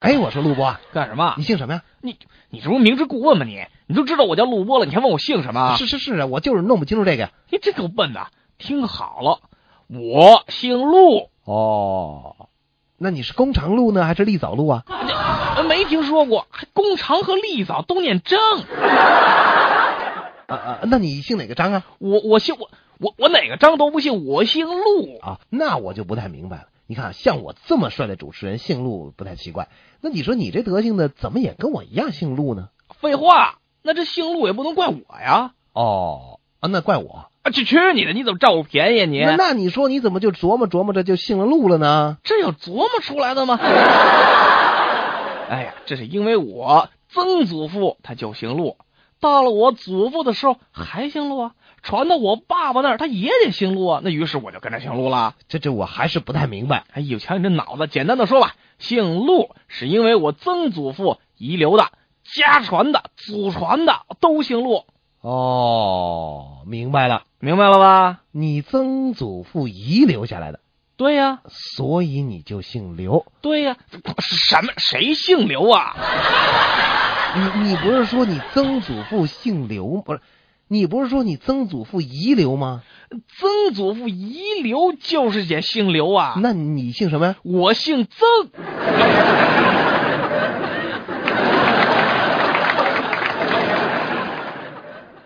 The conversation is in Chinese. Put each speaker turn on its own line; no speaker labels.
哎，我说陆波，
干什么
你？姓什么呀？
你你这不明知故问吗？你你都知道我叫陆波了，你还问我姓什么？
是是是啊，我就是弄不清楚这个。
你这够笨的！听好了，我姓陆，
哦，那你是工长路呢，还是立早路啊？
呃没听说过，还工长和立早都念张。
啊啊，那你姓哪个张啊？
我我姓我我我哪个张都不姓，我姓陆。
啊，那我就不太明白了。你看啊，像我这么帅的主持人姓陆不太奇怪，那你说你这德行呢，怎么也跟我一样姓陆呢？
废话，那这姓陆也不能怪我呀！
哦，啊，那怪我。
啊，去去你的，你怎么占我便宜啊你？
那那你说你怎么就琢磨琢磨着就姓了陆了呢？
这有琢磨出来的吗？哎呀，这是因为我曾祖父他就姓陆，到了我祖父的时候还姓陆啊，传到我爸爸那儿他也得姓陆啊，那于是我就跟着姓陆了。
这这我还是不太明白。
哎呦，瞧你这脑子！简单的说吧，姓陆是因为我曾祖父遗留的、家传的、祖传的都姓陆，
哦，明白了，
明白了吧？
你曾祖父遗留下来的，
对呀、
所以你就姓刘。
对呀、是什么？谁姓刘啊？
你你不是说你曾祖父姓刘吗不是？你不是说你曾祖父遗留吗？
曾祖父遗留就是也姓刘啊。
那你姓什么呀？
我姓曾，